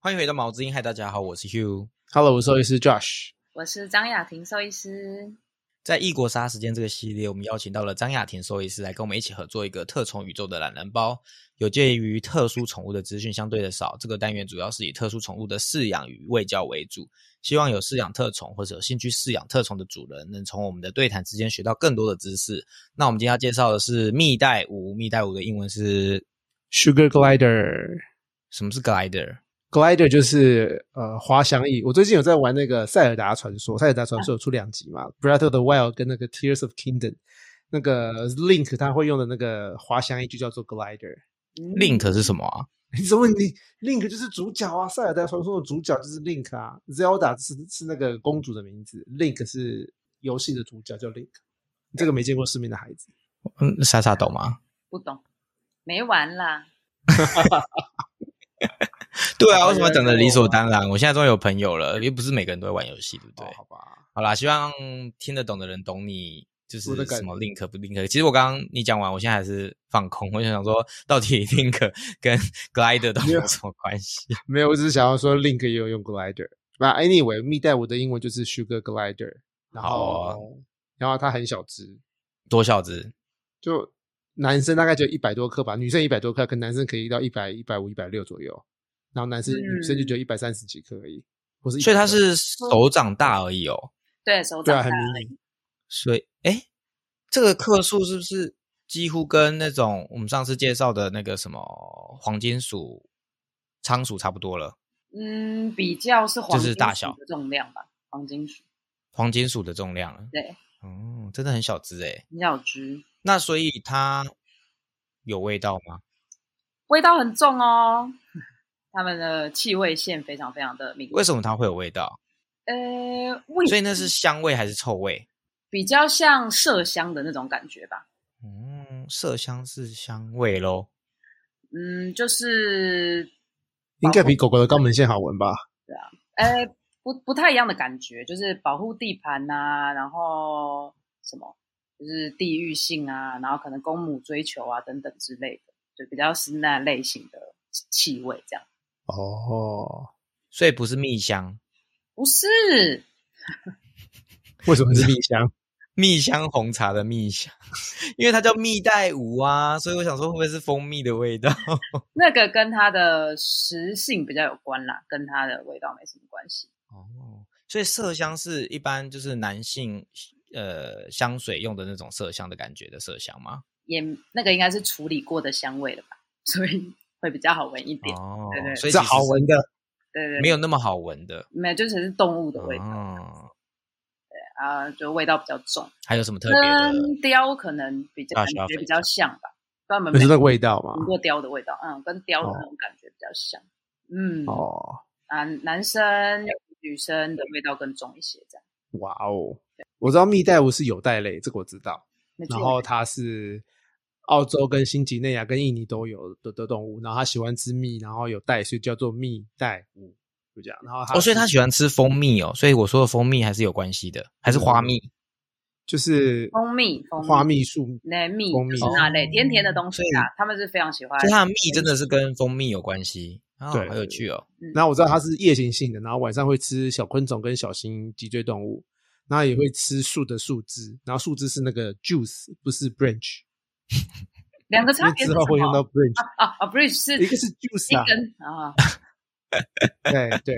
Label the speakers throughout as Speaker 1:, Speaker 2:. Speaker 1: 欢迎回到毛之音，嗨，大家好，我是 Hugh。
Speaker 2: Hello，我是兽医师 Josh。
Speaker 3: 我是张雅婷兽医师。
Speaker 1: 在异国杀时间这个系列，我们邀请到了张雅婷兽医师来跟我们一起合作一个特宠宇宙的懒人包。有介于特殊宠物的资讯相对的少，这个单元主要是以特殊宠物的饲养与喂教为主。希望有饲养特宠或者有兴趣饲养特宠的主人，能从我们的对谈之间学到更多的知识。那我们今天要介绍的是蜜袋鼯，蜜袋鼯的英文是
Speaker 2: Sugar Glider，Glider
Speaker 1: 什么是 glider？
Speaker 2: 就是呃滑翔翼。我最近有在玩那个《塞尔达传说》，《塞尔达传说》有出两集嘛，Breath of the Wild》跟那个 Tears of Kingdom》。那个 Link 他会用的那个滑翔翼就叫做 Glider。
Speaker 3: 嗯
Speaker 1: link 是什么啊？
Speaker 2: 你怎么你 Link 就是主角啊，《塞尔达传说》的主角就是 Link 啊，Zelda 是是那个公主的名字，Link 是游戏的主角叫 Link。你这个没见过世面的孩子，
Speaker 1: 嗯，莎莎懂吗？
Speaker 3: 不懂，没完啦。
Speaker 1: 对啊，为什么讲的理所当然？我现在终于有朋友了，又不是每个人都会玩游戏，对不对
Speaker 2: 哦？好吧，
Speaker 1: 好啦，希望听得懂的人懂你，就是
Speaker 2: 我的感
Speaker 1: 什么 link 不 link。其实我刚刚你讲完，我现在还是放空，我就想说，到底 link 跟 glider 到底有什么关系？
Speaker 2: 没有，我只是想要说 Link 也有用 Glider。那 anyway，蜜袋鼯的英文就是 Sugar Glider，然后、
Speaker 1: 好啊
Speaker 2: 然后它很小只，
Speaker 1: 多小子？
Speaker 2: 就男生大概就一百多克吧，女生一百多克，可能男生可以到一百、一百五、一百六左右，然后男生、女生就只有一百三十几克而已，或是100
Speaker 1: 所以它是手掌大而已哦。
Speaker 3: 对手
Speaker 2: 对
Speaker 3: 掌大
Speaker 2: 啊，很
Speaker 3: 而
Speaker 2: 迷
Speaker 3: 已
Speaker 2: 你，
Speaker 1: 所以，哎，这个克数是不是几乎跟那种我们上次介绍的那个什么黄金鼠、仓鼠差不多了？
Speaker 3: 嗯，比较是黄
Speaker 1: 就是
Speaker 3: 金
Speaker 1: 大
Speaker 3: 属
Speaker 1: 小
Speaker 3: 的重量吧，黄金属
Speaker 1: 黄金鼠的重量了。
Speaker 3: 对，
Speaker 1: 哦，真的很小只哎、
Speaker 3: 很小只，
Speaker 1: 那所以它有味道吗？
Speaker 3: 味道很重哦。 它们的气味线非常非常的敏
Speaker 1: 为
Speaker 3: 感，
Speaker 1: 什么它会有味道？
Speaker 3: 呃，味
Speaker 1: 所以那是香味还是臭味？
Speaker 3: 比较像麝香的那种感觉吧。
Speaker 1: 嗯，麝香是香味喽。
Speaker 3: 嗯，就是
Speaker 2: 应该比狗狗的肛门腺好闻吧？
Speaker 3: 呃不不太一样的感觉，就是保护地盘呐、然后什么就是地域性啊，然后可能公母追求啊等等之类的，就比较是那类型的气味这样。
Speaker 2: 哦，
Speaker 1: 所以不是蜜香，
Speaker 3: 不是，
Speaker 2: 为什么是蜜香？
Speaker 1: 蜜香红茶的蜜香， 因为它叫蜜袋鼯啊，所以我想说会不会是蜂蜜的味道？
Speaker 3: 那个跟它的食性比较有关啦，跟它的味道没什么关系。
Speaker 1: 哦，所以麝香是一般就是男性呃香水用的那种麝香的感觉的麝香吗？
Speaker 3: 也那个应该是处理过的香味了吧，所以会比较好闻一点。
Speaker 1: 哦
Speaker 3: 对，对
Speaker 1: 所以
Speaker 2: 是
Speaker 1: 其实
Speaker 2: 好闻的，
Speaker 3: 对对，
Speaker 1: 没有那么好闻的。
Speaker 3: 没有，就只是动物的味道
Speaker 1: 哦，
Speaker 3: 啊、就味道比较重。
Speaker 1: 还有什么特别的？
Speaker 3: 跟雕可能比较
Speaker 1: 大
Speaker 3: 感
Speaker 1: 小
Speaker 3: 觉
Speaker 1: 非
Speaker 3: 比较像吧，专门
Speaker 2: 就是那
Speaker 3: 没
Speaker 2: 个味道嘛
Speaker 3: 闻。过雕的味道，嗯，跟雕的
Speaker 2: 哦
Speaker 3: 那种感觉比较像。嗯，
Speaker 2: 哦，
Speaker 3: 啊，男生女生的味道更重一些，这样
Speaker 2: 哇哦，我知道蜜袋鼯是有袋类，这个我知道。
Speaker 3: 没
Speaker 2: 然
Speaker 3: 错。
Speaker 2: 后它是澳洲跟新几内亚跟印尼都有的的动物，然后它喜欢吃蜜，然后有袋，所以叫做蜜袋鼯，就这样。然后它
Speaker 1: 哦，所以他
Speaker 2: 是
Speaker 1: 喜欢吃蜂蜜哦，所以我说的蜂蜜还是有关系的，还是
Speaker 2: 嗯
Speaker 1: 花蜜。
Speaker 2: 就是
Speaker 3: 蜂蜜，蜂
Speaker 2: 花蜜树，
Speaker 3: 那蜜
Speaker 2: 蜂蜜
Speaker 3: 就
Speaker 2: 哦
Speaker 3: 是那类甜甜的东西
Speaker 1: 所以
Speaker 3: 啊，他们是非常喜欢
Speaker 1: 所。以它的蜜真的是跟蜂蜜有关系，哦，
Speaker 2: 哎对
Speaker 1: 好有趣哦。
Speaker 2: 然后我知道它是夜行性的，然后晚上会吃小昆虫跟小型脊椎动物，然后也会吃树的树枝，然后树枝是那个 juice，不是 branch，
Speaker 3: 两个
Speaker 2: 因
Speaker 3: 差
Speaker 2: 为
Speaker 3: 别是
Speaker 2: 之
Speaker 3: 什
Speaker 2: 后会用到
Speaker 3: 么？
Speaker 2: branch，
Speaker 3: 啊啊，bridge 是
Speaker 2: 一个是 juice 啊
Speaker 3: 一，根啊，
Speaker 2: 对对，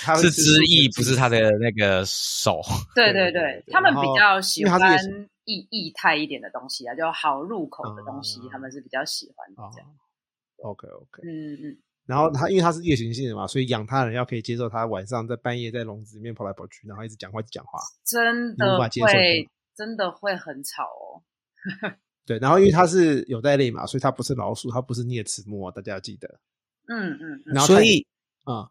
Speaker 2: 它会
Speaker 1: 是
Speaker 2: 吃
Speaker 1: 枝
Speaker 2: 树
Speaker 1: 意，
Speaker 2: 的
Speaker 1: 不是它的那个手。
Speaker 3: 对对
Speaker 2: 对对
Speaker 3: 对
Speaker 2: 对，
Speaker 3: 他们
Speaker 2: 然
Speaker 3: 比
Speaker 2: 后
Speaker 3: 较喜
Speaker 2: 因为它
Speaker 3: 欢
Speaker 2: 是夜行
Speaker 3: 液液态一点的东西啊，就好入口的东西，
Speaker 2: 啊
Speaker 3: 他们是比较喜欢的
Speaker 2: 啊
Speaker 3: 这样。
Speaker 2: ，OK OK。
Speaker 3: 嗯嗯。
Speaker 2: 然后它因为它是夜行性的嘛，所以养它的人要可以接受它晚上在半夜在笼子里面跑来跑去，然后一直讲话一直讲话。
Speaker 3: 真
Speaker 2: 你无
Speaker 3: 的
Speaker 2: 法接受的
Speaker 3: 会真的会很吵哦。
Speaker 2: 对，然后因为它是有袋类嘛，所以它不是老鼠，它不是啮齿目，哦大家要记得。
Speaker 3: 嗯嗯嗯，
Speaker 2: 然后它
Speaker 1: 所
Speaker 2: 也
Speaker 1: 以，
Speaker 2: 啊、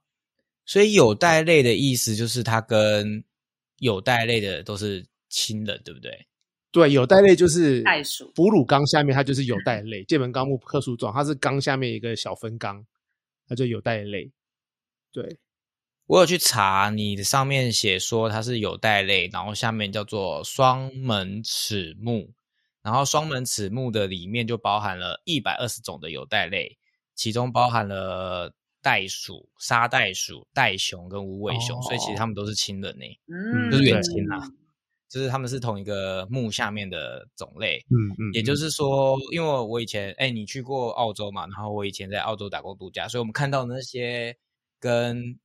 Speaker 1: 所以有袋类的意思就是它跟有袋类的都是亲的，对不对？
Speaker 2: 对，有袋类就是
Speaker 3: 袋鼠
Speaker 2: 哺乳纲下面它就是
Speaker 1: 嗯
Speaker 2: 有袋类，界门纲目科属种，它是纲下面一个小分纲，它就有袋类。对，
Speaker 1: 我有去查，你的上面写说它是有袋类，然后下面叫做双门齿目，然后双门齿目的里面就包含了一百二十种的有袋类，其中包含了袋鼠、沙袋鼠、袋熊跟无尾熊，所以其实
Speaker 2: 哦
Speaker 1: 它们都是亲人呢、
Speaker 3: 嗯，
Speaker 2: 就是
Speaker 1: 远亲啦就是它们是同一个木下面的种类。
Speaker 2: 嗯嗯，
Speaker 1: 也就是说，因为我以前哎、你去过澳洲嘛？然后我以前在澳洲打工度假，所以我们看到那些跟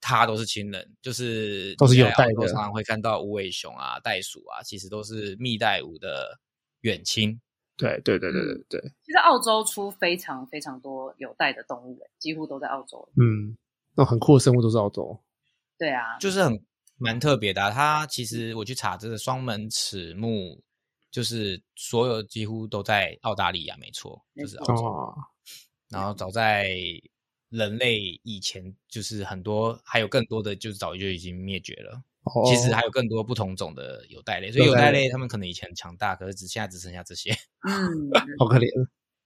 Speaker 1: 它都是亲人，就是
Speaker 2: 都是
Speaker 1: 你
Speaker 2: 有
Speaker 1: 在
Speaker 2: 带
Speaker 1: 澳洲
Speaker 2: 的
Speaker 1: 常常会看到无尾熊啊、袋鼠啊，其实都是蜜袋鼯的远亲。
Speaker 2: 对对对对
Speaker 1: 嗯
Speaker 2: 对对，
Speaker 3: 其实澳洲出非常非常多有袋的动物，欸几乎都在澳洲。
Speaker 2: 嗯，那种很酷的生物都是澳洲，
Speaker 3: 对啊，
Speaker 1: 就是很蛮特别的、啊。它其实我去查，这个双门齿目就是所有几乎都在澳大利亚，没错，就是澳洲。
Speaker 2: 哦，
Speaker 1: 然后早在人类以前，就是很多还有更多的，就是早就已经灭绝了。
Speaker 2: 哦
Speaker 1: 其实还有更多不同种的有袋类，所以
Speaker 2: 有
Speaker 1: 有
Speaker 2: 袋
Speaker 1: 袋
Speaker 2: 类
Speaker 1: 类他们可能以前很强大，可是只现在只剩下这些。
Speaker 3: 嗯，
Speaker 2: 好可怜，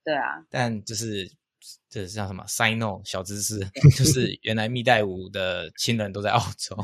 Speaker 3: 对啊，
Speaker 1: 但就是这是叫什么 “sino” 小知识，就是原来蜜袋鼯的亲人都在澳洲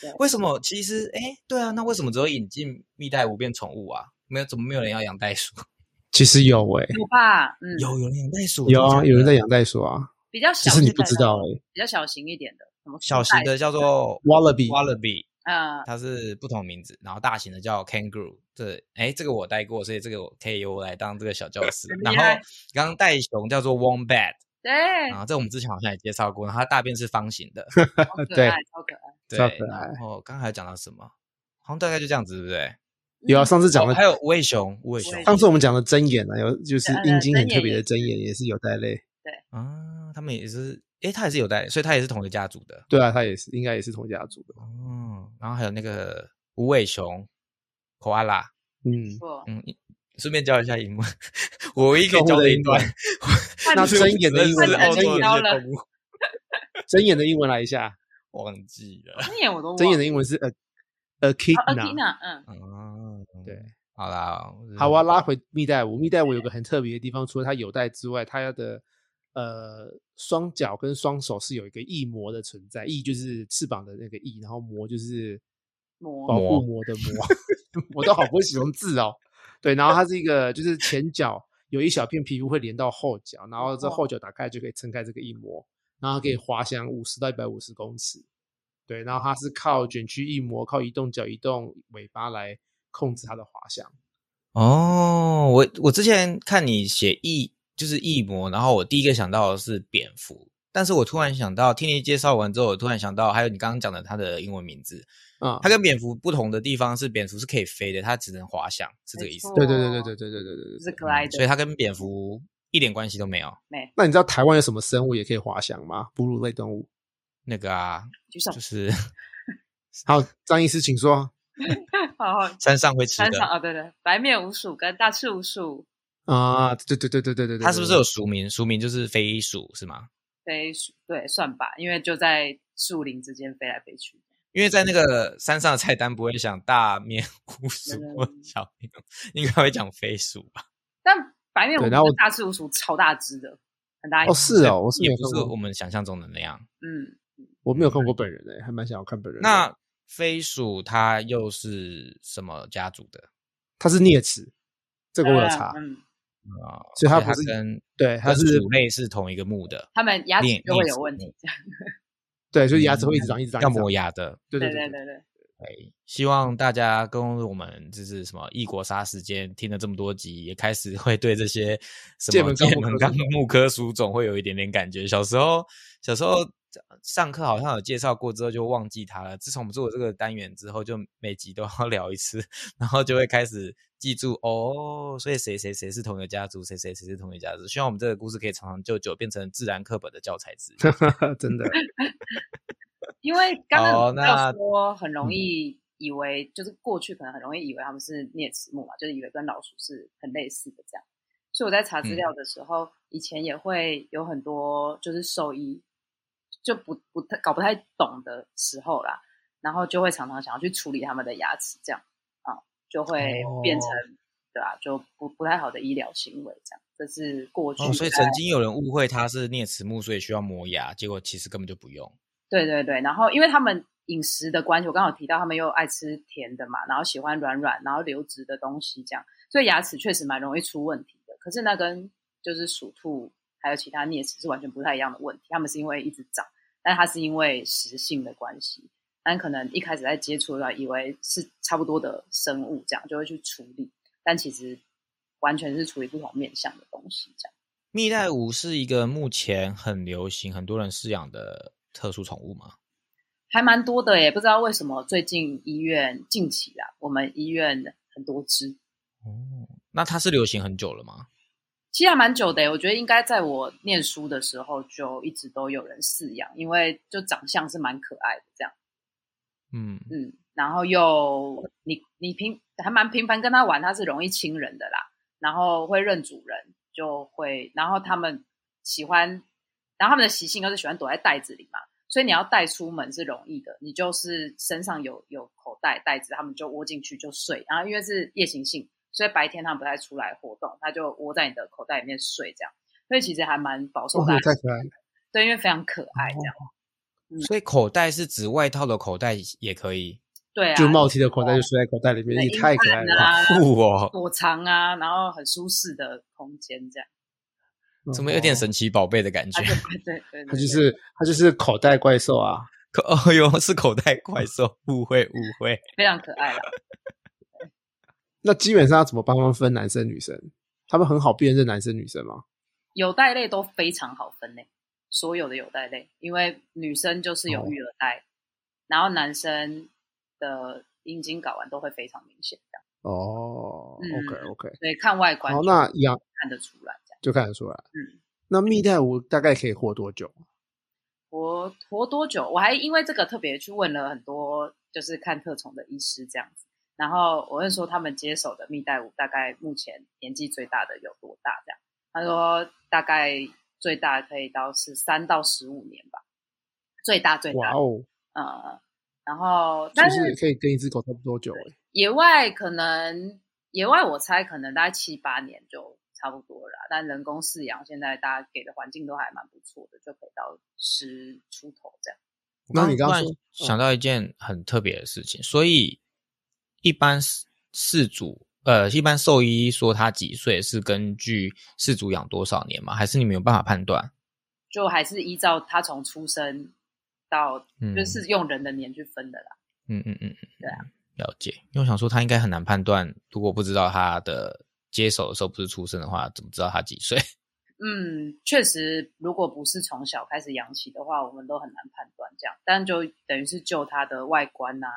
Speaker 3: 对。
Speaker 1: 为什么？其实，哎，对啊，那为什么只有引进蜜袋鼯变宠物啊？没有，怎么没有人要养袋鼠？
Speaker 2: 其实有诶、
Speaker 3: 有吧？嗯，
Speaker 1: 有有人养袋鼠，
Speaker 2: 有
Speaker 1: 真的
Speaker 2: 啊，
Speaker 1: 假
Speaker 2: 有人
Speaker 1: 的
Speaker 2: 在养袋鼠啊，
Speaker 3: 比较
Speaker 2: 只
Speaker 3: 小，
Speaker 2: 是你不知道，诶、
Speaker 3: 比较小型一点的，什么
Speaker 1: 小型的叫做
Speaker 2: Wallaby
Speaker 1: wallaby，
Speaker 3: 呃，
Speaker 1: 它是不同名字，然后大型的叫 kangaroo。这哎，这个我带过，所以这个我可以由我来当这个小 教师
Speaker 3: 很。厉
Speaker 1: 然后
Speaker 3: 害
Speaker 1: 刚刚袋熊叫做 wombat，
Speaker 3: 对，
Speaker 1: 然后这我们之前好像也介绍过，然后它大便是方形的。
Speaker 3: 好可爱，超可爱。
Speaker 1: 对
Speaker 2: 超可，
Speaker 1: 然后刚才还讲到什么？好像大概就这样子，对不对？
Speaker 2: 有啊，上次讲
Speaker 1: 哦
Speaker 2: 的，
Speaker 1: 还有无尾熊，无尾
Speaker 3: 无
Speaker 1: 熊
Speaker 3: 尾
Speaker 2: 上次我们讲的针眼啊，有就是
Speaker 3: 对
Speaker 2: 阴茎
Speaker 3: 呃
Speaker 2: 很特
Speaker 3: 针眼
Speaker 2: 别的
Speaker 3: 也
Speaker 2: 针眼也是有袋类，
Speaker 1: 啊，他们也是，诶，它也是有带，所以它也是同一个家族的。
Speaker 2: 对啊，它也是应该也是同家族的，
Speaker 1: 哦，然后还有那个无尾熊，koala，
Speaker 2: 嗯，
Speaker 3: 错，
Speaker 1: 嗯，顺便教一下英文， 我唯一可以
Speaker 2: 动物
Speaker 1: 教
Speaker 2: 的
Speaker 1: 的一
Speaker 2: 英
Speaker 1: 段
Speaker 2: 文。
Speaker 3: 换
Speaker 2: 那
Speaker 3: 你
Speaker 2: 真眼的英文
Speaker 1: 是
Speaker 3: 真
Speaker 1: 澳洲的
Speaker 3: 眼教
Speaker 1: 一些
Speaker 3: 了
Speaker 1: 动物，
Speaker 2: 针眼的英文来一下，
Speaker 1: 忘记了
Speaker 3: 睁眼我都
Speaker 2: 针眼
Speaker 3: 的
Speaker 2: 的英文是
Speaker 3: 啊
Speaker 2: a
Speaker 3: 哦
Speaker 2: echidna，
Speaker 3: ，Tina，嗯，
Speaker 1: 啊。
Speaker 2: 对，。
Speaker 1: 好啦，我
Speaker 2: 好，我啊要拉回蜜袋鼯。蜜袋鼯有个很特别的地方，除了它有袋之外，它的呃双脚跟双手是有一个翼膜的存在，翼就是翅膀的那个翼，然后膜就是保
Speaker 3: 魔，
Speaker 2: 哦护膜的 膜。我都好不会形容字哦。对，然后它是一个就是前脚有一小片皮肤会连到后脚，然后这
Speaker 1: 哦
Speaker 2: 后脚打开就可以撑开这个翼膜，然后它可以
Speaker 1: 嗯
Speaker 2: 滑翔五十到一百五十公尺。对，然后它是靠卷曲翼膜、靠移动脚、移动尾巴来控制它的滑翔。
Speaker 1: 哦，我我之前看你写异就是异魔，然后我第一个想到的是蝙蝠，但是我突然想到听你介绍完之后，我突然想到还有你刚刚讲的它的英文名字，
Speaker 2: 啊、
Speaker 1: 它跟蝙蝠不同的地方是蝙蝠是可以飞的，它只能滑翔，是这个意思
Speaker 3: 没。错
Speaker 2: 对对对对对对对对
Speaker 3: 就
Speaker 2: 对对。
Speaker 3: 是
Speaker 1: 嗯所以
Speaker 3: Glider，
Speaker 1: 它跟蝙蝠一点关系都没有。
Speaker 3: 没，
Speaker 2: 那你知道台湾有什么生物也可以滑翔吗？哺乳类动物。
Speaker 1: 那个啊，
Speaker 3: 举手
Speaker 1: 就，是
Speaker 2: 好，张医师，请说。
Speaker 3: 好好，
Speaker 1: 山上会吃
Speaker 3: 山上
Speaker 1: 的，
Speaker 3: 啊，对对，白面鼯鼠跟大赤鼯鼠
Speaker 2: 啊，对对对对对对对，
Speaker 1: 它是不是有俗名？俗名就是飞鼠是吗？
Speaker 3: 飞鼠，对，算吧，因为就在树林之间飞来飞去。
Speaker 1: 因为在那个山上的菜单不会想大面 鼯鼠或
Speaker 3: 嗯
Speaker 1: 小面，应该会讲飞鼠吧？
Speaker 3: 但白面鼯
Speaker 2: 对然后
Speaker 3: 跟大赤鼯鼠超大只的，很大一
Speaker 2: 哦，
Speaker 3: 只，
Speaker 2: 是哦，我是没
Speaker 1: 也
Speaker 2: 有
Speaker 1: 不是
Speaker 2: 看
Speaker 1: 我
Speaker 2: 过，
Speaker 1: 们想象中的那样。
Speaker 3: 嗯，
Speaker 2: 我没有看过本人欸诶，还蛮想要看本人的。
Speaker 1: 那飞鼠它又是什么家族的
Speaker 2: 它是啮齿，这
Speaker 3: 这
Speaker 2: 个我有查，
Speaker 3: 嗯，
Speaker 1: 啊？
Speaker 2: 所以它
Speaker 1: 它
Speaker 2: 不是
Speaker 1: 跟
Speaker 2: 对，它
Speaker 1: 跟
Speaker 2: 是
Speaker 1: 鼠类是同一个目的，
Speaker 3: 他们牙齿
Speaker 1: 镊
Speaker 3: 就会
Speaker 1: 镊
Speaker 3: 有
Speaker 1: 齿
Speaker 3: 问
Speaker 1: 目
Speaker 3: 题， 这样
Speaker 2: 对，所以牙齿会一直长，一直长，
Speaker 1: 嗯要
Speaker 2: 一直长
Speaker 1: 磨。牙的。
Speaker 2: 对
Speaker 3: 对
Speaker 2: 对
Speaker 3: 对对，
Speaker 1: 对，希望大家跟我们就是什么异国杀时间听了这么多集，也开始会对这些什
Speaker 2: 界
Speaker 1: 么
Speaker 2: 门纲
Speaker 1: 界
Speaker 2: 目
Speaker 1: 门
Speaker 2: 科
Speaker 1: 纲
Speaker 2: 属种
Speaker 1: 目科属种会有一点点感觉。小时候，小时候上课好像有介绍过，之后就忘记它了。自从我们做了这个单元之后，就每集都要聊一次，然后就会开始记住哦，所以谁谁谁是同一个家族，谁谁谁是同一个家族。希望我们这个故事可以长长久久，变成自然课本的教材之一。
Speaker 2: 对，真的。
Speaker 3: 因为刚刚
Speaker 1: 好
Speaker 3: 有提到
Speaker 1: 哦那
Speaker 3: 说很容
Speaker 1: 嗯
Speaker 3: 易以为，就是过去可能很容易以为他们是啮齿目嘛，就是以为跟老鼠是很类似的这样。所以我在查资
Speaker 1: 嗯
Speaker 3: 料的时候，以前也会有很多就是兽医就不不太搞不太懂的时候啦，然后就会常常想要去处理他们的牙齿，这样啊就会变
Speaker 1: 哦
Speaker 3: 成、对啊，就不不太好的医疗行为这样。这是过去在、
Speaker 1: 哦，所以曾经有人误会它是啮齿目，所以需要磨牙，结果其实根本就不用。
Speaker 3: 对对对，然后因为他们饮食的关系，我刚好提到他们又爱吃甜的嘛，然后喜欢软软，然后流质的东西这样，所以牙齿确实蛮容易出问题的。可是那跟就是鼠兔还有其他啮齿是完全不太一样的问题。它们是因为一直长，但它是因为食性的关系。但可能一开始在接触的时候以为是差不多的生物，这样就会去处理，但其实完全是处理不同面向的东西。这样，
Speaker 1: 蜜袋鼯是一个目前很流行、很多人饲养的特殊宠物吗？
Speaker 3: 还蛮多的耶，不知道为什么最近医院近期啊，我们医院很多只，
Speaker 1: 哦，那它是流行很久了吗？
Speaker 3: 其实还蛮久的耶。我觉得应该在我念书的时候就一直都有人饲养，因为就长相是蛮可爱的这样。
Speaker 1: 嗯，
Speaker 3: 嗯，然后又你你频还蛮频繁跟它玩，它是容易亲人的啦，然后会认主人，就会，然后他们喜欢，然后他们的习性都是喜欢躲在袋子里嘛，所以你要带出门是容易的，你就是身上有有口袋袋子，他们就窝进去就睡，然后因为是夜行性，所以白天他们不太出来活动，它就窝在你的口袋里面睡这样，所以其实还蛮饱受
Speaker 2: 哦，
Speaker 3: 大
Speaker 2: 也
Speaker 3: 家
Speaker 2: 太哦可爱了。
Speaker 3: 对，因啊为非常可爱这样，嗯
Speaker 1: 所以口袋是指外套的口袋也可 以，
Speaker 3: 对啊，
Speaker 2: 就帽 T 的口袋就睡在口袋里面，
Speaker 3: 对
Speaker 2: 也太可爱
Speaker 3: 硬汉
Speaker 2: 了。
Speaker 3: 啊
Speaker 1: 好酷哦！
Speaker 3: 躲藏啊，然后很舒适的空间这 样。
Speaker 1: 怎么有点神奇宝贝的感觉
Speaker 3: 啊，？对对对，
Speaker 2: 他
Speaker 3: 对
Speaker 2: 嗯就是他就是口袋怪兽啊！
Speaker 1: 可哦哟，是 口袋怪兽，误会误会。
Speaker 3: 非常可爱啦。
Speaker 2: 那基本上要怎么帮他们分男生女生？他们很好辨认男生女生吗？
Speaker 3: 有袋类都非常好分类，所有的有袋类，因为女生就是有育儿
Speaker 2: 哦
Speaker 3: 袋，然后男生的阴茎睾丸都会非常明显，这样，
Speaker 2: 哦、
Speaker 3: 嗯
Speaker 2: o k OK，
Speaker 3: 所以看外观
Speaker 2: 好，
Speaker 3: 就
Speaker 2: 那养
Speaker 3: 看得出来，这样。
Speaker 2: 就看得出来。
Speaker 3: 嗯，
Speaker 2: 那蜜袋鼯大概可以活多久？
Speaker 3: 我活多久？我还因为这个特别去问了很多，就是看特宠的医师这样子。然后我问说他们接手的蜜袋鼯大概目前年纪最大的有多大？这样，他说大概最大可以到是三到十五年吧，最大最
Speaker 2: 哇
Speaker 3: 大。
Speaker 2: 哦，
Speaker 3: 呃，然后但
Speaker 2: 就是是可以跟一只狗差不多久、欸。
Speaker 3: 野外可能野外我猜可能大概七八年就差不多了啦，但人工饲养现在大家给的环境都还蛮不错的，就可以到十出头这样。
Speaker 2: 那你刚
Speaker 1: 突然
Speaker 2: 刚说嗯
Speaker 1: 想到一件很特别的事情，所以一般饲饲主呃，一般兽医说他几岁是根据饲主养多少年吗？还是你们有办法判断？
Speaker 3: 就还是依照他从出生到
Speaker 1: 嗯
Speaker 3: 就是用人的年去分的啦。
Speaker 1: 嗯嗯嗯，嗯
Speaker 3: 对啊，
Speaker 1: 了解。因为我想说他应该很难判断，如果不知道他的接手的时候不是出生的话，怎么知道他几岁？
Speaker 3: 嗯，确实，如果不是从小开始养起的话，我们都很难判断这样。但就等于是就它的外观啊，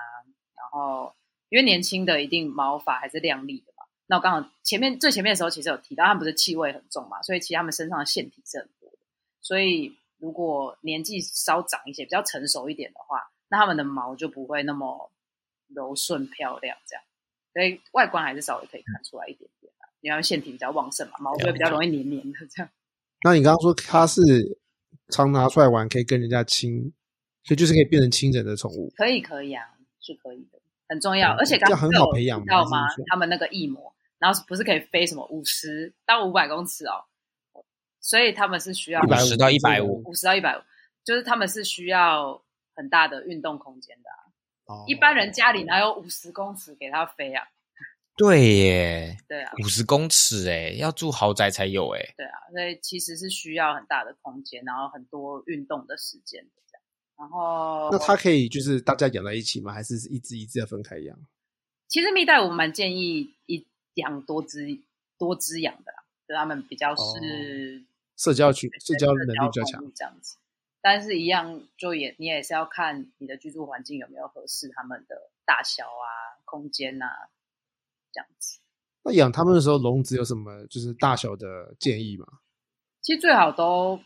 Speaker 3: 然后因为年轻的一定毛发还是亮丽的嘛。那我刚好前面最前面的时候其实有提到，他们不是气味很重嘛，所以其实他们身上的腺体是很多的。所以如果年纪稍长一些，比较成熟一点的话，那他们的毛就不会那么柔顺漂亮这样。所以外观还是稍微可以看出来一点点啦，因为它们腺体比较旺盛嘛，毛就会比较容易黏黏的这样。
Speaker 2: 那你刚刚说它是常拿出来玩，可以跟人家亲，所以就是可以变成亲人的宠物。
Speaker 3: 可以，可以啊，是可以的，很重要。
Speaker 2: 嗯
Speaker 3: 而且刚
Speaker 2: 这
Speaker 3: 刚
Speaker 2: 样很好培养
Speaker 3: 知道
Speaker 2: 嘛
Speaker 3: 吗
Speaker 2: 是不是？
Speaker 3: 他们那个翼膜，然后不是可以飞什么五十到五百公尺哦，所以他们是需要
Speaker 2: 150
Speaker 1: 50到150
Speaker 3: 五十到一百五，就是他们是需要很大的运动空间的啊、
Speaker 2: 哦
Speaker 3: 一般人家里哪有五十公尺给它飞啊？
Speaker 1: 对耶，
Speaker 3: 对啊，
Speaker 1: 五十公尺哎，要住豪宅才有哎。
Speaker 3: 对啊，所以其实是需要很大的空间，然后很多运动的时间的这样。然后
Speaker 2: 那它可以就是大家养在一起吗？还是一只一只的分开养？
Speaker 3: 其实蜜袋鼯蛮建议一养多只多只养的啦，就他们比较是
Speaker 2: 哦社交群社交能力比较
Speaker 3: 动
Speaker 2: 强
Speaker 3: 物这样子。但是，一样就也你也是要看你的居住环境有没有合适他们的大小啊、空间啊这样子。
Speaker 2: 那养它们的时候，笼子有什么就是大小的建议吗？
Speaker 3: 其实最好都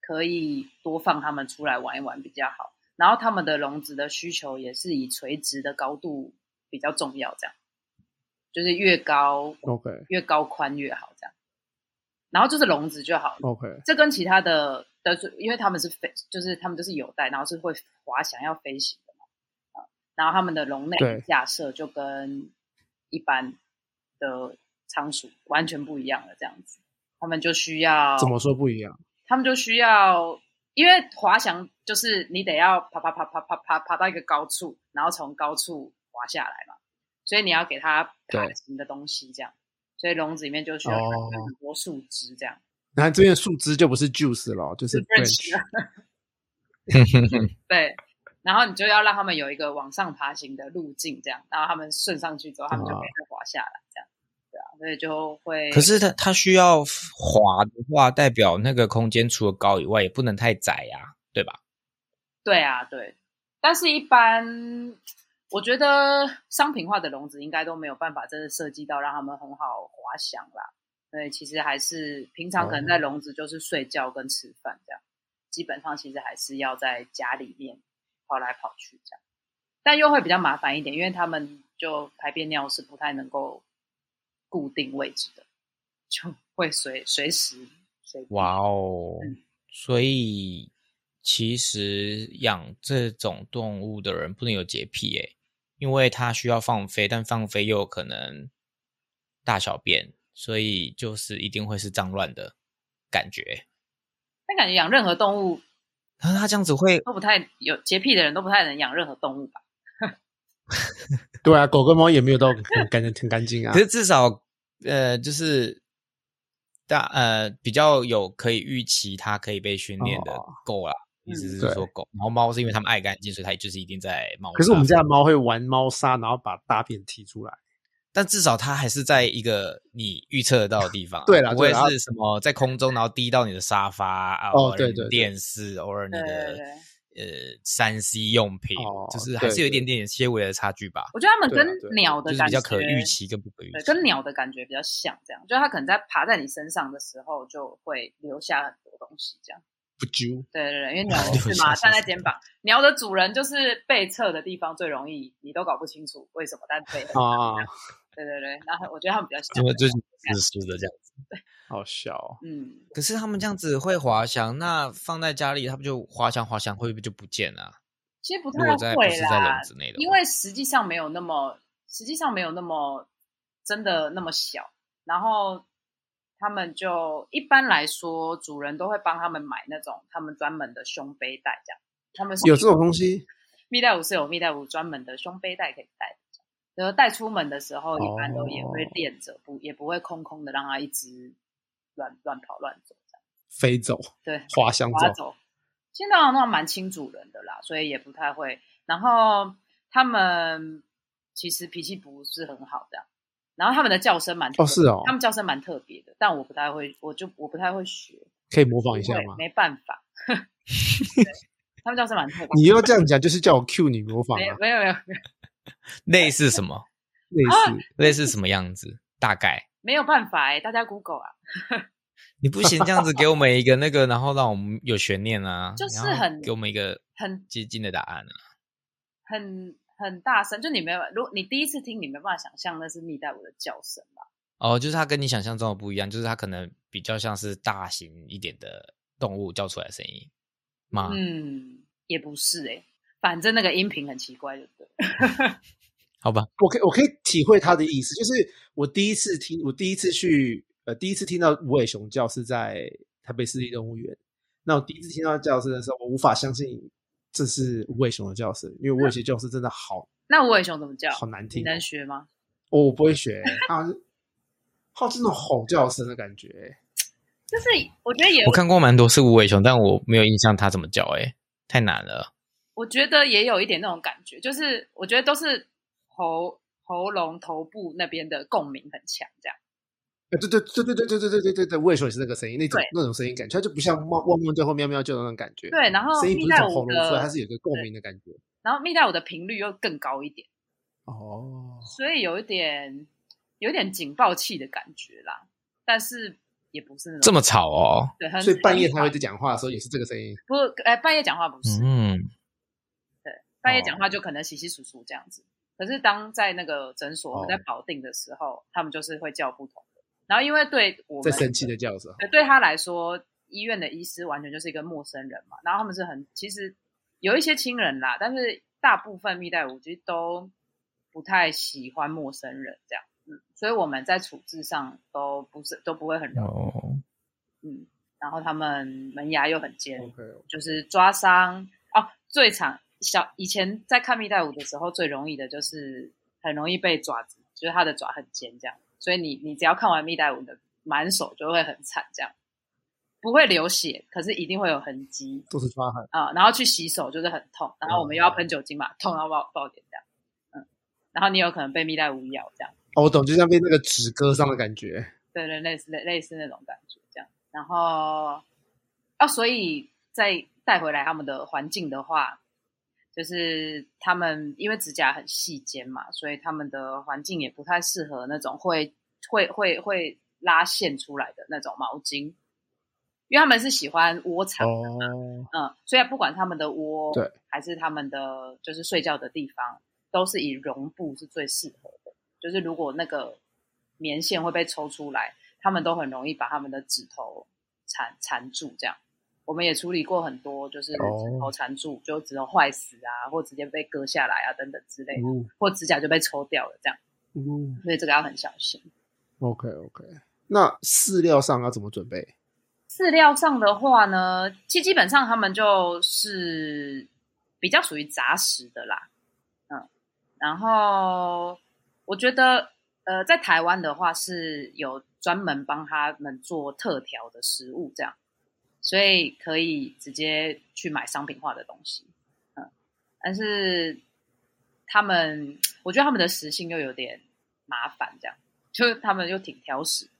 Speaker 3: 可以多放他们出来玩一玩比较好。然后他们的笼子的需求也是以垂直的高度比较重要，这样就是越高
Speaker 2: OK
Speaker 3: 越高宽越好，这样。然后就是笼子就好了。
Speaker 2: OK，
Speaker 3: 这跟其他的的，因为他们是飞，就是他们都是有带，然后是会滑翔要飞行的嘛，啊，然后他们的笼内
Speaker 2: 对
Speaker 3: 架设就跟一般的仓鼠完全不一样了，这样子，他们就需要
Speaker 2: 怎么说不一样？
Speaker 3: 他们就需要，因为滑翔就是你得要爬爬爬爬爬爬爬到一个高处，然后从高处滑下来嘛，所以你要给它爬
Speaker 2: 对
Speaker 3: 行的东西这样，所以笼子里面就需要
Speaker 2: 哦
Speaker 3: 很多树枝这样，
Speaker 2: 然后这边的树枝就不是 juice 了，哦就是
Speaker 3: branch 啊
Speaker 2: branch。
Speaker 3: 对，然后你就要让他们有一个往上爬行的路径，这样，然后他们顺上去之后，他们就可以滑下来，这样，对啊，所以就会，
Speaker 1: 可是它它需要滑的话，代表那个空间除了高以外，也不能太窄呀、对吧？
Speaker 3: 对啊，对，但是一般我觉得商品化的笼子应该都没有办法真的设计到让他们很好滑翔啦，所以其实还是平常可能在笼子就是睡觉跟吃饭这样，基本上其实还是要在家里面跑来跑去这样，但又会比较麻烦一点，因为他们就排便尿是不太能够固定位置的，就会随随时随地
Speaker 1: 哇哦
Speaker 3: 嗯！
Speaker 1: 所以其实养这种动物的人不能有洁癖诶、因为它需要放飞，但放飞又有可能大小便，所以就是一定会是脏乱的感觉。
Speaker 3: 但感觉养任何动物
Speaker 1: 可是它这样子会
Speaker 3: 都不太有洁癖的人都不太能养任何动物吧。
Speaker 2: 对啊，狗跟猫也没有到很干净，很干净啊
Speaker 1: 可。是至少呃，就是大呃比较有可以预期它可以被训练的
Speaker 2: 哦
Speaker 1: 狗啦。意思
Speaker 3: 嗯
Speaker 1: 是
Speaker 2: 对
Speaker 1: 说狗，然后猫是因为它们爱干净，所以它就是一定在猫砂。
Speaker 2: 可是我们家的猫会玩猫砂，然后把大便踢出来。
Speaker 1: 但至少它还是在一个你预测得到的地方啊、
Speaker 2: 对啦
Speaker 1: 不会
Speaker 2: 对啦
Speaker 1: 是什么在空中然后滴到你的沙发啊，
Speaker 2: 哦
Speaker 1: 偶尔你的
Speaker 2: 对对对
Speaker 1: 电视，偶尔你
Speaker 3: 对对
Speaker 1: 的
Speaker 3: 对
Speaker 1: 呃三 C 用品，
Speaker 2: 哦
Speaker 1: 就是
Speaker 2: 对
Speaker 1: 还是有一
Speaker 2: 对
Speaker 1: 点点些微的差距吧，
Speaker 3: 我觉得他们
Speaker 2: 对啊
Speaker 3: 跟
Speaker 2: 对
Speaker 3: 鸟
Speaker 1: 就
Speaker 3: 的
Speaker 1: 是
Speaker 3: 感
Speaker 1: 比
Speaker 3: 觉，
Speaker 1: 较可预期跟不可预
Speaker 3: 对，
Speaker 1: 期，
Speaker 3: 跟鸟的感觉比较像，这样，就是它可能在爬在你身上的时候，就会留下很多东西，这样。
Speaker 2: 不啾，
Speaker 3: 对对对，因为鸟
Speaker 1: 留下
Speaker 3: 是嘛，
Speaker 1: 些什么
Speaker 3: 站在肩膀，鸟的主人就是背侧的地方最容易，你都搞不清楚为什么，但背后
Speaker 2: 啊，
Speaker 3: 对对对，然后我觉得他们比较像
Speaker 1: 哦怎么，就是自私的这样子。
Speaker 2: 好笑哦。
Speaker 3: 嗯，
Speaker 1: 可是他们这样子会滑翔，那放在家里，他们就滑翔滑翔会不会就不见了啊、
Speaker 3: 其实不
Speaker 1: 如
Speaker 3: 太
Speaker 1: 果在不
Speaker 3: 会
Speaker 1: 是在
Speaker 3: 啦
Speaker 1: 笼，子内的话，
Speaker 3: 因为实际上没有那么，实际上没有那么真的那么小。然后他们就一般来说，主人都会帮他们买那种他们专门的胸背带，这样。他们是
Speaker 2: 有这种东西，
Speaker 3: 蜜袋鼯是有蜜袋鼯专门的胸背带可以带的，然后带出门的时候，一般都也会
Speaker 2: 哦
Speaker 3: 垫着，不也不会空空的让它一直乱乱跑乱走这样。
Speaker 2: 飞走、
Speaker 3: 对，
Speaker 2: 滑翔
Speaker 3: 划
Speaker 2: 走，
Speaker 3: 走。现在好像蛮亲主人的啦，所以也不太会。然后他们其实脾气不是很好的，然后他们的叫声蛮特
Speaker 2: 哦是哦
Speaker 3: 他们叫声蛮特别的，但我不太会，我就我不太会学，
Speaker 2: 可以模仿一下
Speaker 3: 对，
Speaker 2: 吗？
Speaker 3: 没办法。 对他们叫声蛮特别的，
Speaker 2: 你要这样讲，就是叫我 cue 你模仿
Speaker 3: 没有
Speaker 2: 啊，
Speaker 3: 没有没有没有
Speaker 1: 类似什么，
Speaker 2: 类似。
Speaker 1: 类似什么样子，大概。
Speaker 3: 没有办法哎、大家 Google 啊，
Speaker 1: 你不行这样子给我们一个那个，然后让我们有悬念啊，
Speaker 3: 就是
Speaker 1: 然后
Speaker 3: 很
Speaker 1: 给我们一个
Speaker 3: 很
Speaker 1: 接近的答案啊。
Speaker 3: 很很大声，就你没有，如果你第一次听，你没办法想象那是蜜袋鼯的叫声吧？
Speaker 1: 哦，就是它跟你想象中的不一样，就是它可能比较像是大型一点的动物叫出来的声音
Speaker 2: 啊
Speaker 1: 吗？
Speaker 3: 嗯，也不是哎、反正那个音频很奇怪，就对了。
Speaker 1: 好吧，
Speaker 2: 我可以我可以体会他的意思，就是我第一次听，我第一次去，呃，第一次听到无尾熊叫是在台北市立动物园。那我第一次听到叫声的时候，我无法相信这是无尾熊的叫声，因为无尾熊叫声真的好
Speaker 3: 那无尾熊怎么叫？
Speaker 2: 好难
Speaker 3: 你
Speaker 2: 听哦、
Speaker 3: 能学吗？
Speaker 2: 我我不会学，它好像是那种吼叫声的感觉。欸
Speaker 3: 就是我觉得也有
Speaker 1: 我，看过蛮多是无尾熊，但我没有印象它怎么叫、欸，太难了。
Speaker 3: 我觉得也有一点那种感觉，就是我觉得都是喉喉咙、头部那边的共鸣很强，这样。
Speaker 2: 对对对对对对对对对对对，我也说也是那个声音，那种
Speaker 3: 对
Speaker 2: 那种声音感觉，它就不像汪汪汪最后喵喵叫的那种感觉。，
Speaker 3: 对，然后
Speaker 2: 声音
Speaker 3: 蜜
Speaker 2: 不是
Speaker 3: 袋
Speaker 2: 从喉
Speaker 3: 鼯
Speaker 2: 咙出来，它
Speaker 3: 的，
Speaker 2: 是有一个共鸣的感觉。
Speaker 3: 然后蜜袋鼯的频率又更高一点，
Speaker 2: 哦，
Speaker 3: 所以有一点有一点警报器的感觉啦，但是也不是那种
Speaker 1: 这么吵哦，
Speaker 3: 对，很
Speaker 2: 所以半夜
Speaker 3: 很
Speaker 2: 它会在讲话的时候也是这个声音。
Speaker 3: 不哎、半夜讲话不是，
Speaker 1: 嗯，
Speaker 3: 半
Speaker 2: 哦
Speaker 3: 夜讲话就可能稀稀疏疏这样子。可是当在那个诊所我们在
Speaker 2: 哦
Speaker 3: 保定的时候，他们就是会叫不同的。然后因为对我
Speaker 2: 在
Speaker 3: 们呃
Speaker 2: 生气的叫的时候，
Speaker 3: 对对他来说，医院的医师完全就是一个陌生人嘛。然后他们是很其实有一些亲人啦，但是大部分蜜袋鼯其实都不太喜欢陌生人这样。嗯，所以我们在处置上都不是都不会很容
Speaker 1: 哦，
Speaker 3: 易。嗯，然后他们门牙又很尖，
Speaker 2: OK，
Speaker 3: 就是抓伤哦，最常小以前在看蜜袋鼯的时候，最容易的就是很容易被爪子，就是它的爪很尖这样，所以你你只要看完蜜袋鼯的满手就会很惨这样。不会流血，可是一定会有痕迹
Speaker 2: 都是抓痕。
Speaker 3: 啊、然后去洗手就是很痛，然后我们又要喷酒精嘛，痛到爆爆点这样，嗯，然后你有可能被蜜袋鼯咬这样，
Speaker 2: 哦，我懂，就像被那个纸割伤的感 觉。
Speaker 3: 对对，类似类类似那种感觉这样，然后啊，所以再带回来他们的环境的话，就是他们因为指甲很细尖嘛，所以他们的环境也不太适合那种会会会会拉线出来的那种毛巾，因为他们是喜欢窝藏的
Speaker 2: 哦，
Speaker 3: 嗯，所以不管他们的窝，
Speaker 2: 对，
Speaker 3: 还是他们的就是睡觉的地方，都是以绒布是最适合的。就是如果那个棉线会被抽出来，他们都很容易把他们的指头缠缠住。这样，我们也处理过很多，就是
Speaker 2: 哦
Speaker 3: 指头缠住，就指头坏死啊，或直接被割下来啊等等之类的，
Speaker 2: 嗯
Speaker 3: 或指甲就被抽掉了这样。
Speaker 2: 嗯
Speaker 3: 所以这个要很小心。
Speaker 2: ，OK OK。那饲料上要怎么准备？
Speaker 3: 饲料上的话呢，基基本上他们就是比较属于杂食的啦，嗯，然后我觉得呃，在台湾的话是有专门帮他们做特调的食物这样，所以可以直接去买商品化的东西，嗯，但是他们我觉得他们的食性又有点麻烦，这样就是他们又挺挑食的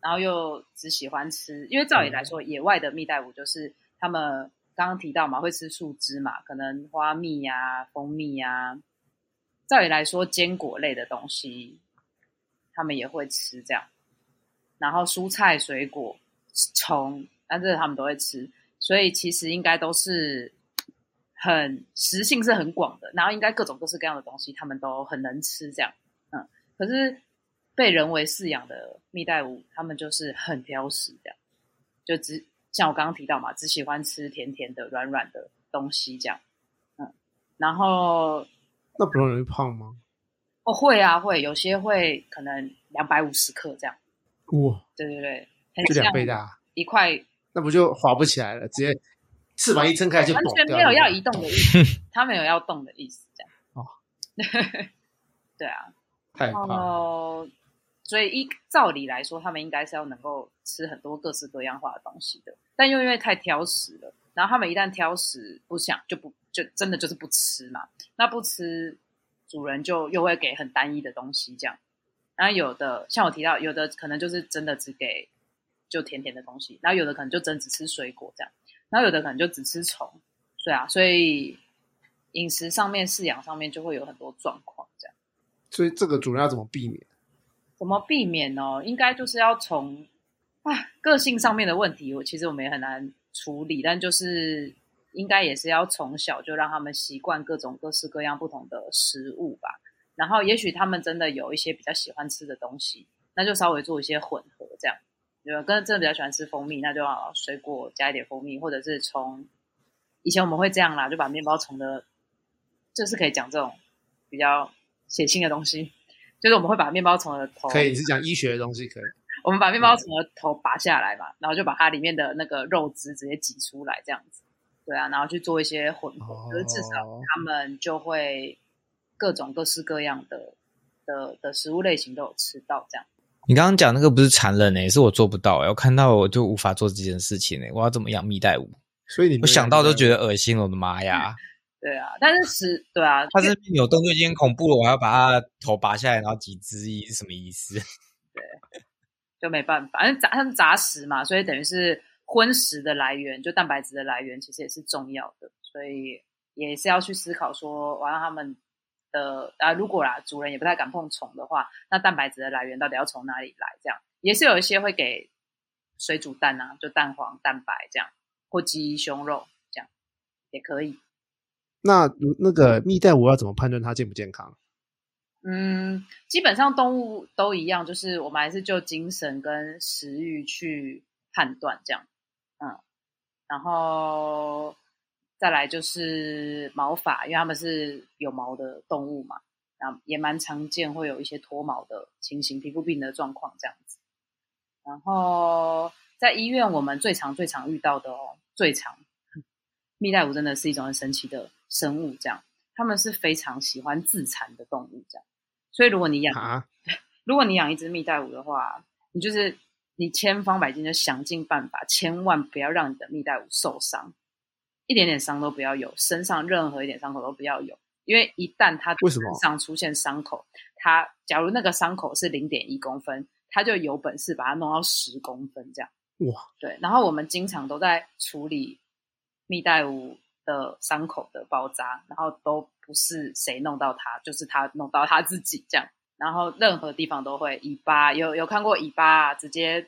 Speaker 3: 然后又只喜欢吃，因为照理来说，野外的蜜袋鼯就是他们刚刚提到嘛，会吃树枝嘛，可能花蜜呀、蜂蜜呀、照理来说，坚果类的东西他们也会吃这样，然后蔬菜、水果、虫，但这个他们都会吃，所以其实应该都是很食性是很广的，然后应该各种各式各样的东西他们都很能吃这样。可是被人为饲养的蜜袋鼯，它们就是很挑食这样，就只像我刚刚提到嘛，只喜欢吃甜甜的、软软的东西这样。嗯，然后
Speaker 2: 那不容易胖吗？
Speaker 3: 哦会啊会，有些会可能两百五十克这样，
Speaker 2: 哇，
Speaker 3: 对对对，很
Speaker 2: 就
Speaker 3: 像
Speaker 2: 两倍大，
Speaker 3: 一块
Speaker 2: 那不就滑不起来了？直接翅膀一撑开就
Speaker 3: 完
Speaker 2: 抖
Speaker 3: 全
Speaker 2: 掉
Speaker 3: 没有
Speaker 2: 了
Speaker 3: 要移动的意 思，他没有要动的意思这样。
Speaker 2: 哦，
Speaker 3: 对啊，
Speaker 2: 太怕了。
Speaker 3: 哦，所以一照理来说，他们应该是要能够吃很多各式各样化的东西的，但又因为太挑食了，然后他们一旦挑食不想就不就真的就是不吃嘛，那不吃主人就又会给很单一的东西这样，然后有的像我提到，有的可能就是真的只给就甜甜的东西，然后有的可能就真只吃水果这样，然后有的可能就只吃虫，对啊，所以饮食上面、饲养上面就会有很多状况这样。
Speaker 2: 所以这个主人要怎么避免？
Speaker 3: 怎么避免呢？应该就是要从啊个性上面的问题，我其实我们也很难处理，但就是应该也是要从小就让他们习惯各种各式各样不同的食物吧。然后也许他们真的有一些比较喜欢吃的东西，那就稍微做一些混合这样。有跟真的比较喜欢吃蜂蜜，那就好水果加一点蜂蜜，或者是从以前我们会这样啦，就把面包虫的，就是可以讲这种比较血腥的东西，就是我们会把面包虫的头
Speaker 2: 可以，你嗯是讲医学的东西可以。
Speaker 3: 我们把面包虫的头拔下来嘛，然后就把它里面的那个肉汁直接挤出来，这样子。对啊，然后去做一些混合，就是至少
Speaker 2: 哦
Speaker 3: 他们就会各种各式各样的的的食物类型都有吃到，这样。
Speaker 1: 你刚刚讲那个不是残忍诶、是我做不到诶、我看到我就无法做这件事情诶、我要怎么养蜜袋鼯？
Speaker 2: 所以你
Speaker 1: 我想到都觉
Speaker 2: 得
Speaker 1: 得恶心了，我的妈呀！
Speaker 3: 对啊，但是食对啊，
Speaker 1: 它这边扭动就已经很恐怖了，我还要把它头拔下来，然后几只翼是什么意思？
Speaker 3: 就没办法，反正杂它是杂食嘛，所以等于是荤食的来源，就蛋白质的来源其实也是重要的，所以也是要去思考说，我让他们的啊，如果啦主人也不太敢碰虫的话，那蛋白质的来源到底要从哪里来？这样也是有一些会给水煮蛋啊，就蛋黄、蛋白这样，或鸡胸肉这样也可以。
Speaker 2: 那如那个蜜袋鼯要怎么判断它健不健康？
Speaker 3: 嗯，基本上动物都一样，就是我们还是就精神跟食欲去判断这样。嗯，然后再来就是毛发，因为它们是有毛的动物嘛，啊，也蛮常见会有一些脱毛的情形、皮肤病的状况这样子。然后在医院，我们最常最常遇到的哦，最常蜜袋鼯真的是一种很神奇的生物，这样它们是非常喜欢自残的动物，这样。所以如果你养
Speaker 2: 啊，
Speaker 3: 如果你养一只蜜袋鼯的话，你就是你千方百计就想尽办法，千万不要让你的蜜袋鼯受伤，一点点伤都不要有，身上任何一点伤口都不要有，因为一旦它
Speaker 2: 为什么
Speaker 3: 身上出现伤口，它假如那个伤口是零点一公分，它就有本事把它弄到十公分这样。
Speaker 2: 哇，
Speaker 3: 对，然后我们经常都在处理蜜袋鼯的伤口的包扎，然后都不是谁弄到它，就是它弄到它自己这样。然后任何地方都会尾巴，有有看过尾巴、啊、直接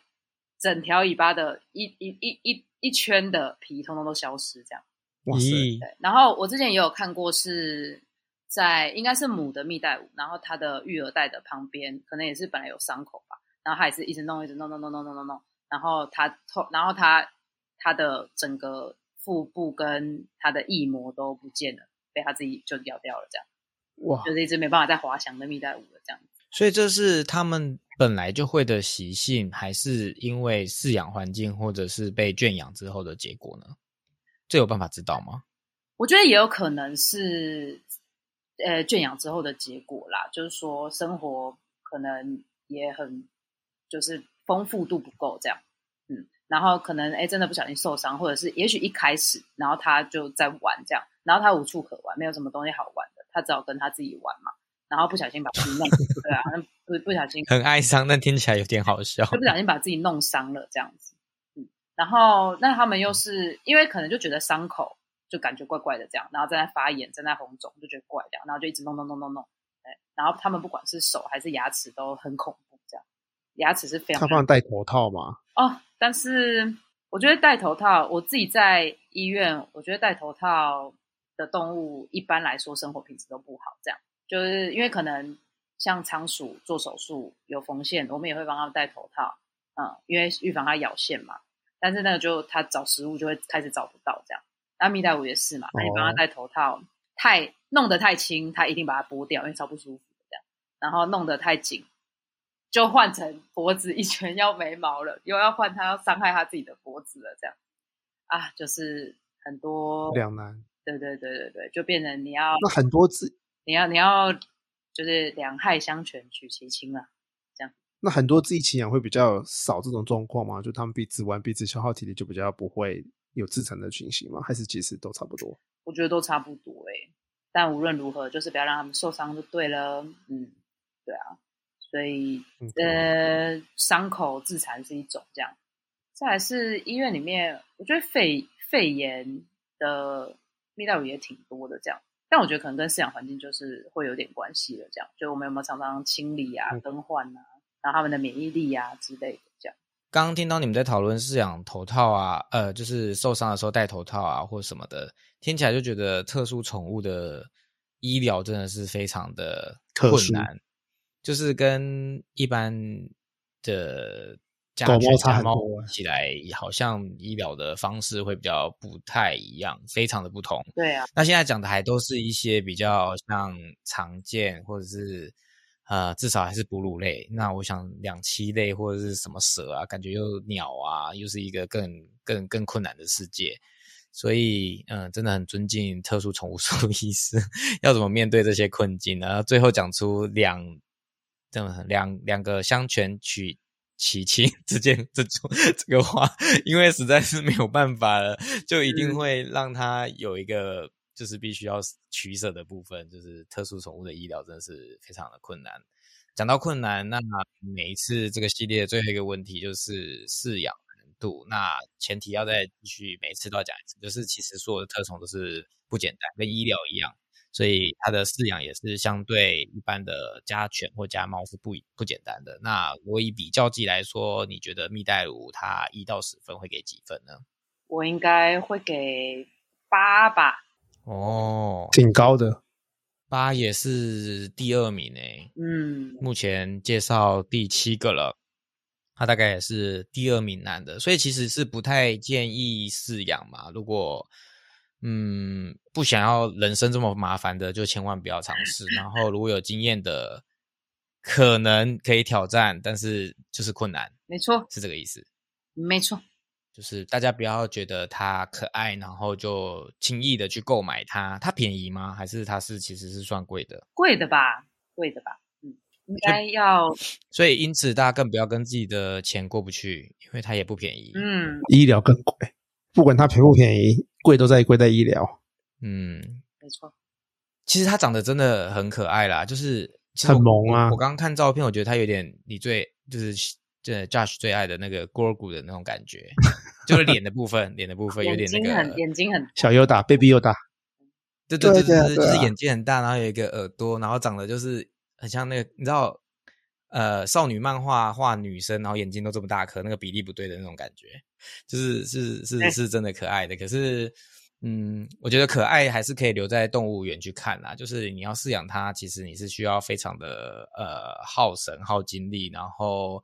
Speaker 3: 整条尾巴的一一一一一圈的皮，通通都消失这样。
Speaker 2: 哇塞，
Speaker 1: 咦，
Speaker 3: 对，然后我之前也有看过是在应该是母的蜜袋鼯，然后它的育儿袋的旁边，可能也是本来有伤口吧，然后它也是一直弄，一直弄，弄弄弄弄弄弄，然后它痛，然后它它的整个腹部跟它的翼膜都不见了，被它自己就咬掉了，这样
Speaker 2: 哇，
Speaker 3: 就是一只没办法再滑翔的蜜袋鼯了，这样。
Speaker 1: 所以这是他们本来就会的习性，还是因为饲养环境或者是被圈养之后的结果呢？这有办法知道吗？
Speaker 3: 我觉得也有可能是，呃，圈养之后的结果啦，就是说生活可能也很就是丰富度不够这样，嗯，然后可能哎真的不小心受伤，或者是也许一开始，然后他就在玩这样，然后他无处可玩，没有什么东西好玩的，他只好跟他自己玩嘛，然后不小心把自己弄，对啊，不不小心
Speaker 1: 很哀伤，但听起来有点好笑。
Speaker 3: 就不小心把自己弄伤了这样子。嗯，然后那他们又是因为可能就觉得伤口就感觉怪怪的这样，然后正在发炎、正在红肿，就觉得怪这样，然后就一直弄弄弄弄弄，对，然后他们不管是手还是牙齿都很恐怖这样，牙齿是非
Speaker 2: 他
Speaker 3: 常
Speaker 2: 帮你戴头套嘛？
Speaker 3: 哦，但是我觉得戴头套，我自己在医院，我觉得戴头套的动物一般来说生活品质都不好，这样就是因为可能像仓鼠做手术有缝线，我们也会帮它们戴头套，嗯，因为预防它咬线嘛。但是那个就它找食物就会开始找不到这样，那蜜袋鼯也是嘛，那你帮它戴头套，太弄得太轻，它一定把它剥掉，因为超不舒服的这样。然后弄得太紧，就换成脖子一圈要没毛了，又要换它要伤害它自己的脖子了，这样啊，就是很多，
Speaker 2: 两难。
Speaker 3: 对对对对对，就变成你要
Speaker 2: 那很多只，
Speaker 3: 你要你要就是两害相权取其轻了、
Speaker 2: 那很多只一起养会比较少这种状况吗？就他们彼此玩，彼此消耗体力，就比较不会有自残的情形吗？还是其实都差不多？
Speaker 3: 我觉得都差不多诶、但无论如何，就是不要让他们受伤就对了，嗯，对啊，所以
Speaker 2: 嗯，
Speaker 3: 呃，伤口自残是一种这样，再来是医院里面，我觉得肺肺炎的蜜袋鼯也挺多的这样，但我觉得可能跟饲养环境就是会有点关系了，这样，就我们有没有常常清理啊、
Speaker 2: 嗯
Speaker 3: 更换啊，然后他们的免疫力啊之类的这样，
Speaker 1: 刚刚听到你们在讨论饲养头套啊，呃，就是受伤的时候戴头套啊，或什么的，听起来就觉得特殊宠物的医疗真的是非常的
Speaker 2: 特
Speaker 1: 困
Speaker 2: 殊
Speaker 1: 难，就是跟一般的家
Speaker 2: 狗
Speaker 1: 犬
Speaker 2: 猫差
Speaker 1: 家
Speaker 2: 很
Speaker 1: 猫
Speaker 2: 多啊
Speaker 1: 起来，好像医疗的方式会比较不太一样，非常的不同。
Speaker 3: 对啊，
Speaker 1: 那现在讲的还都是一些比较像常见或者是呃，至少还是哺乳类。那我想两栖类或者是什么蛇啊，感觉又鸟啊，又是一个更更更困难的世界。所以，嗯，真的很尊敬特殊宠物兽医师， 要怎么面对这些困境呢？最后讲出两，这么两两个相权取其 轻之间这种 这个话，因为实在是没有办法了，就一定
Speaker 3: 嗯
Speaker 1: 会让他有一个就是必须要取舍的部分，就是特殊宠物的医疗真的是非常的困难。讲到困难，那每一次这个系列最后一个问题就是饲养难度。那前提要再继续，每一次都要讲一次，就是其实所有的特宠都是不简单，跟医疗一样，所以它的饲养也是相对一般的家犬或家猫是不一不简单的。那如果以比较级来说，你觉得蜜袋鼯它一到十分会给几分呢？
Speaker 3: 我应该会给八吧，
Speaker 1: 哦，
Speaker 2: 挺高的。
Speaker 1: 八也是第二名诶。
Speaker 3: 嗯，
Speaker 1: 目前介绍第七个了，它大概也是第二名男的，所以其实是不太建议饲养嘛。如果嗯不想要人生这么麻烦的，就千万不要尝试。然后如果有经验的，可能可以挑战，但是就是困难，
Speaker 3: 没错，
Speaker 1: 是这个意思。
Speaker 3: 没错，
Speaker 1: 就是大家不要觉得它可爱，然后就轻易的去购买它。它便宜吗？还是它是其实是算贵的？
Speaker 3: 贵的吧，贵的吧，嗯应该要
Speaker 1: 所以因此大家更不要跟自己的钱过不去，因为它也不便宜。
Speaker 3: 嗯，
Speaker 2: 医疗更贵，不管它便不便宜，贵都在贵在医疗。
Speaker 1: 嗯，
Speaker 3: 没错，
Speaker 1: 其实它长得真的很可爱啦，就是其实
Speaker 2: 很
Speaker 1: 我
Speaker 2: 萌啊
Speaker 1: 我刚刚看照片，我觉得它有点你最就是这 Josh 最爱的那个 Gorgu 的那种感觉，就是脸的部分，脸的部分有
Speaker 3: 眼
Speaker 1: 点那
Speaker 3: 睛很
Speaker 1: 个，
Speaker 3: 眼睛很
Speaker 2: 小优打，baby 优打，
Speaker 1: 对对
Speaker 2: 对
Speaker 1: 对
Speaker 2: 啊
Speaker 1: 对，
Speaker 2: 对
Speaker 1: 就是
Speaker 2: 啊
Speaker 1: 眼睛很大，然后有一个耳朵，然后长得就是很像那个，你知道。呃，少女漫画画女生，然后眼睛都这么大颗，那个比例不对的那种感觉，就是是是
Speaker 3: 哎
Speaker 1: 是真的可爱的。可是，嗯，我觉得可爱还是可以留在动物园去看啦。就是你要饲养它，其实你是需要非常的呃耗神耗精力，然后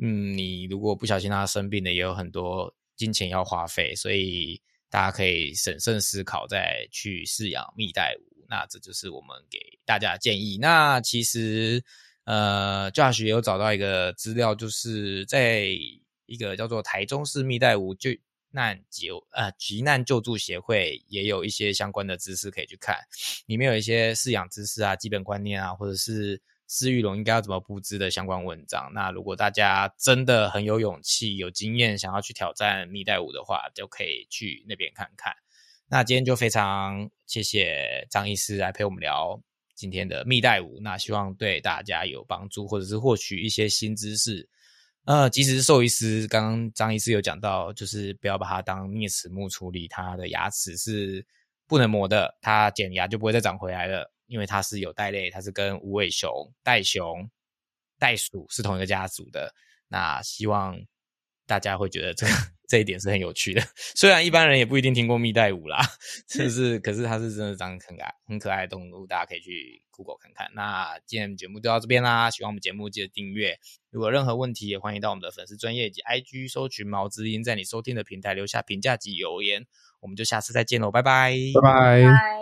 Speaker 1: 嗯，你如果不小心让它生病了，也有很多金钱要花费，所以大家可以审慎思考再去饲养蜜袋鼯。那这就是我们给大家的建议。那其实呃，Josh 也有找到一个资料，就是在一个叫做台中市蜜袋鼯救难救呃急难救助协会也有一些相关的知识可以去看，里面有一些饲养知识啊、基本观念啊，或者是饲育笼应该要怎么布置的相关文章。那如果大家真的很有勇气、有经验，想要去挑战蜜袋鼯的话，就可以去那边看看。那今天就非常谢谢张医师来陪我们聊今天的蜜袋鼯，那希望对大家有帮助，或者是获取一些新知识。呃，即使是兽医师，刚刚张医师有讲到，就是不要把它当啮齿目处理，它的牙齿是不能磨的，它剪牙就不会再长回来了，因为它是有袋类，它是跟无尾熊、袋熊、袋鼠是同一个家族的。那希望大家会觉得这个 这一点是很有趣的，虽然一般人也不一定听过蜜袋鼯啦， 就是，可是它是真的长得很可爱、很可爱的动物，大家可以去 Google 看看。那今天节目就到这边啦，喜欢我们节目记得订阅。如果有任何问题，也欢迎到我们的粉丝专业以及 IG 搜寻毛知音，在你收听的平台留下评价及留言。我们就下次再见喽，拜拜
Speaker 2: 拜拜。
Speaker 3: 嗨。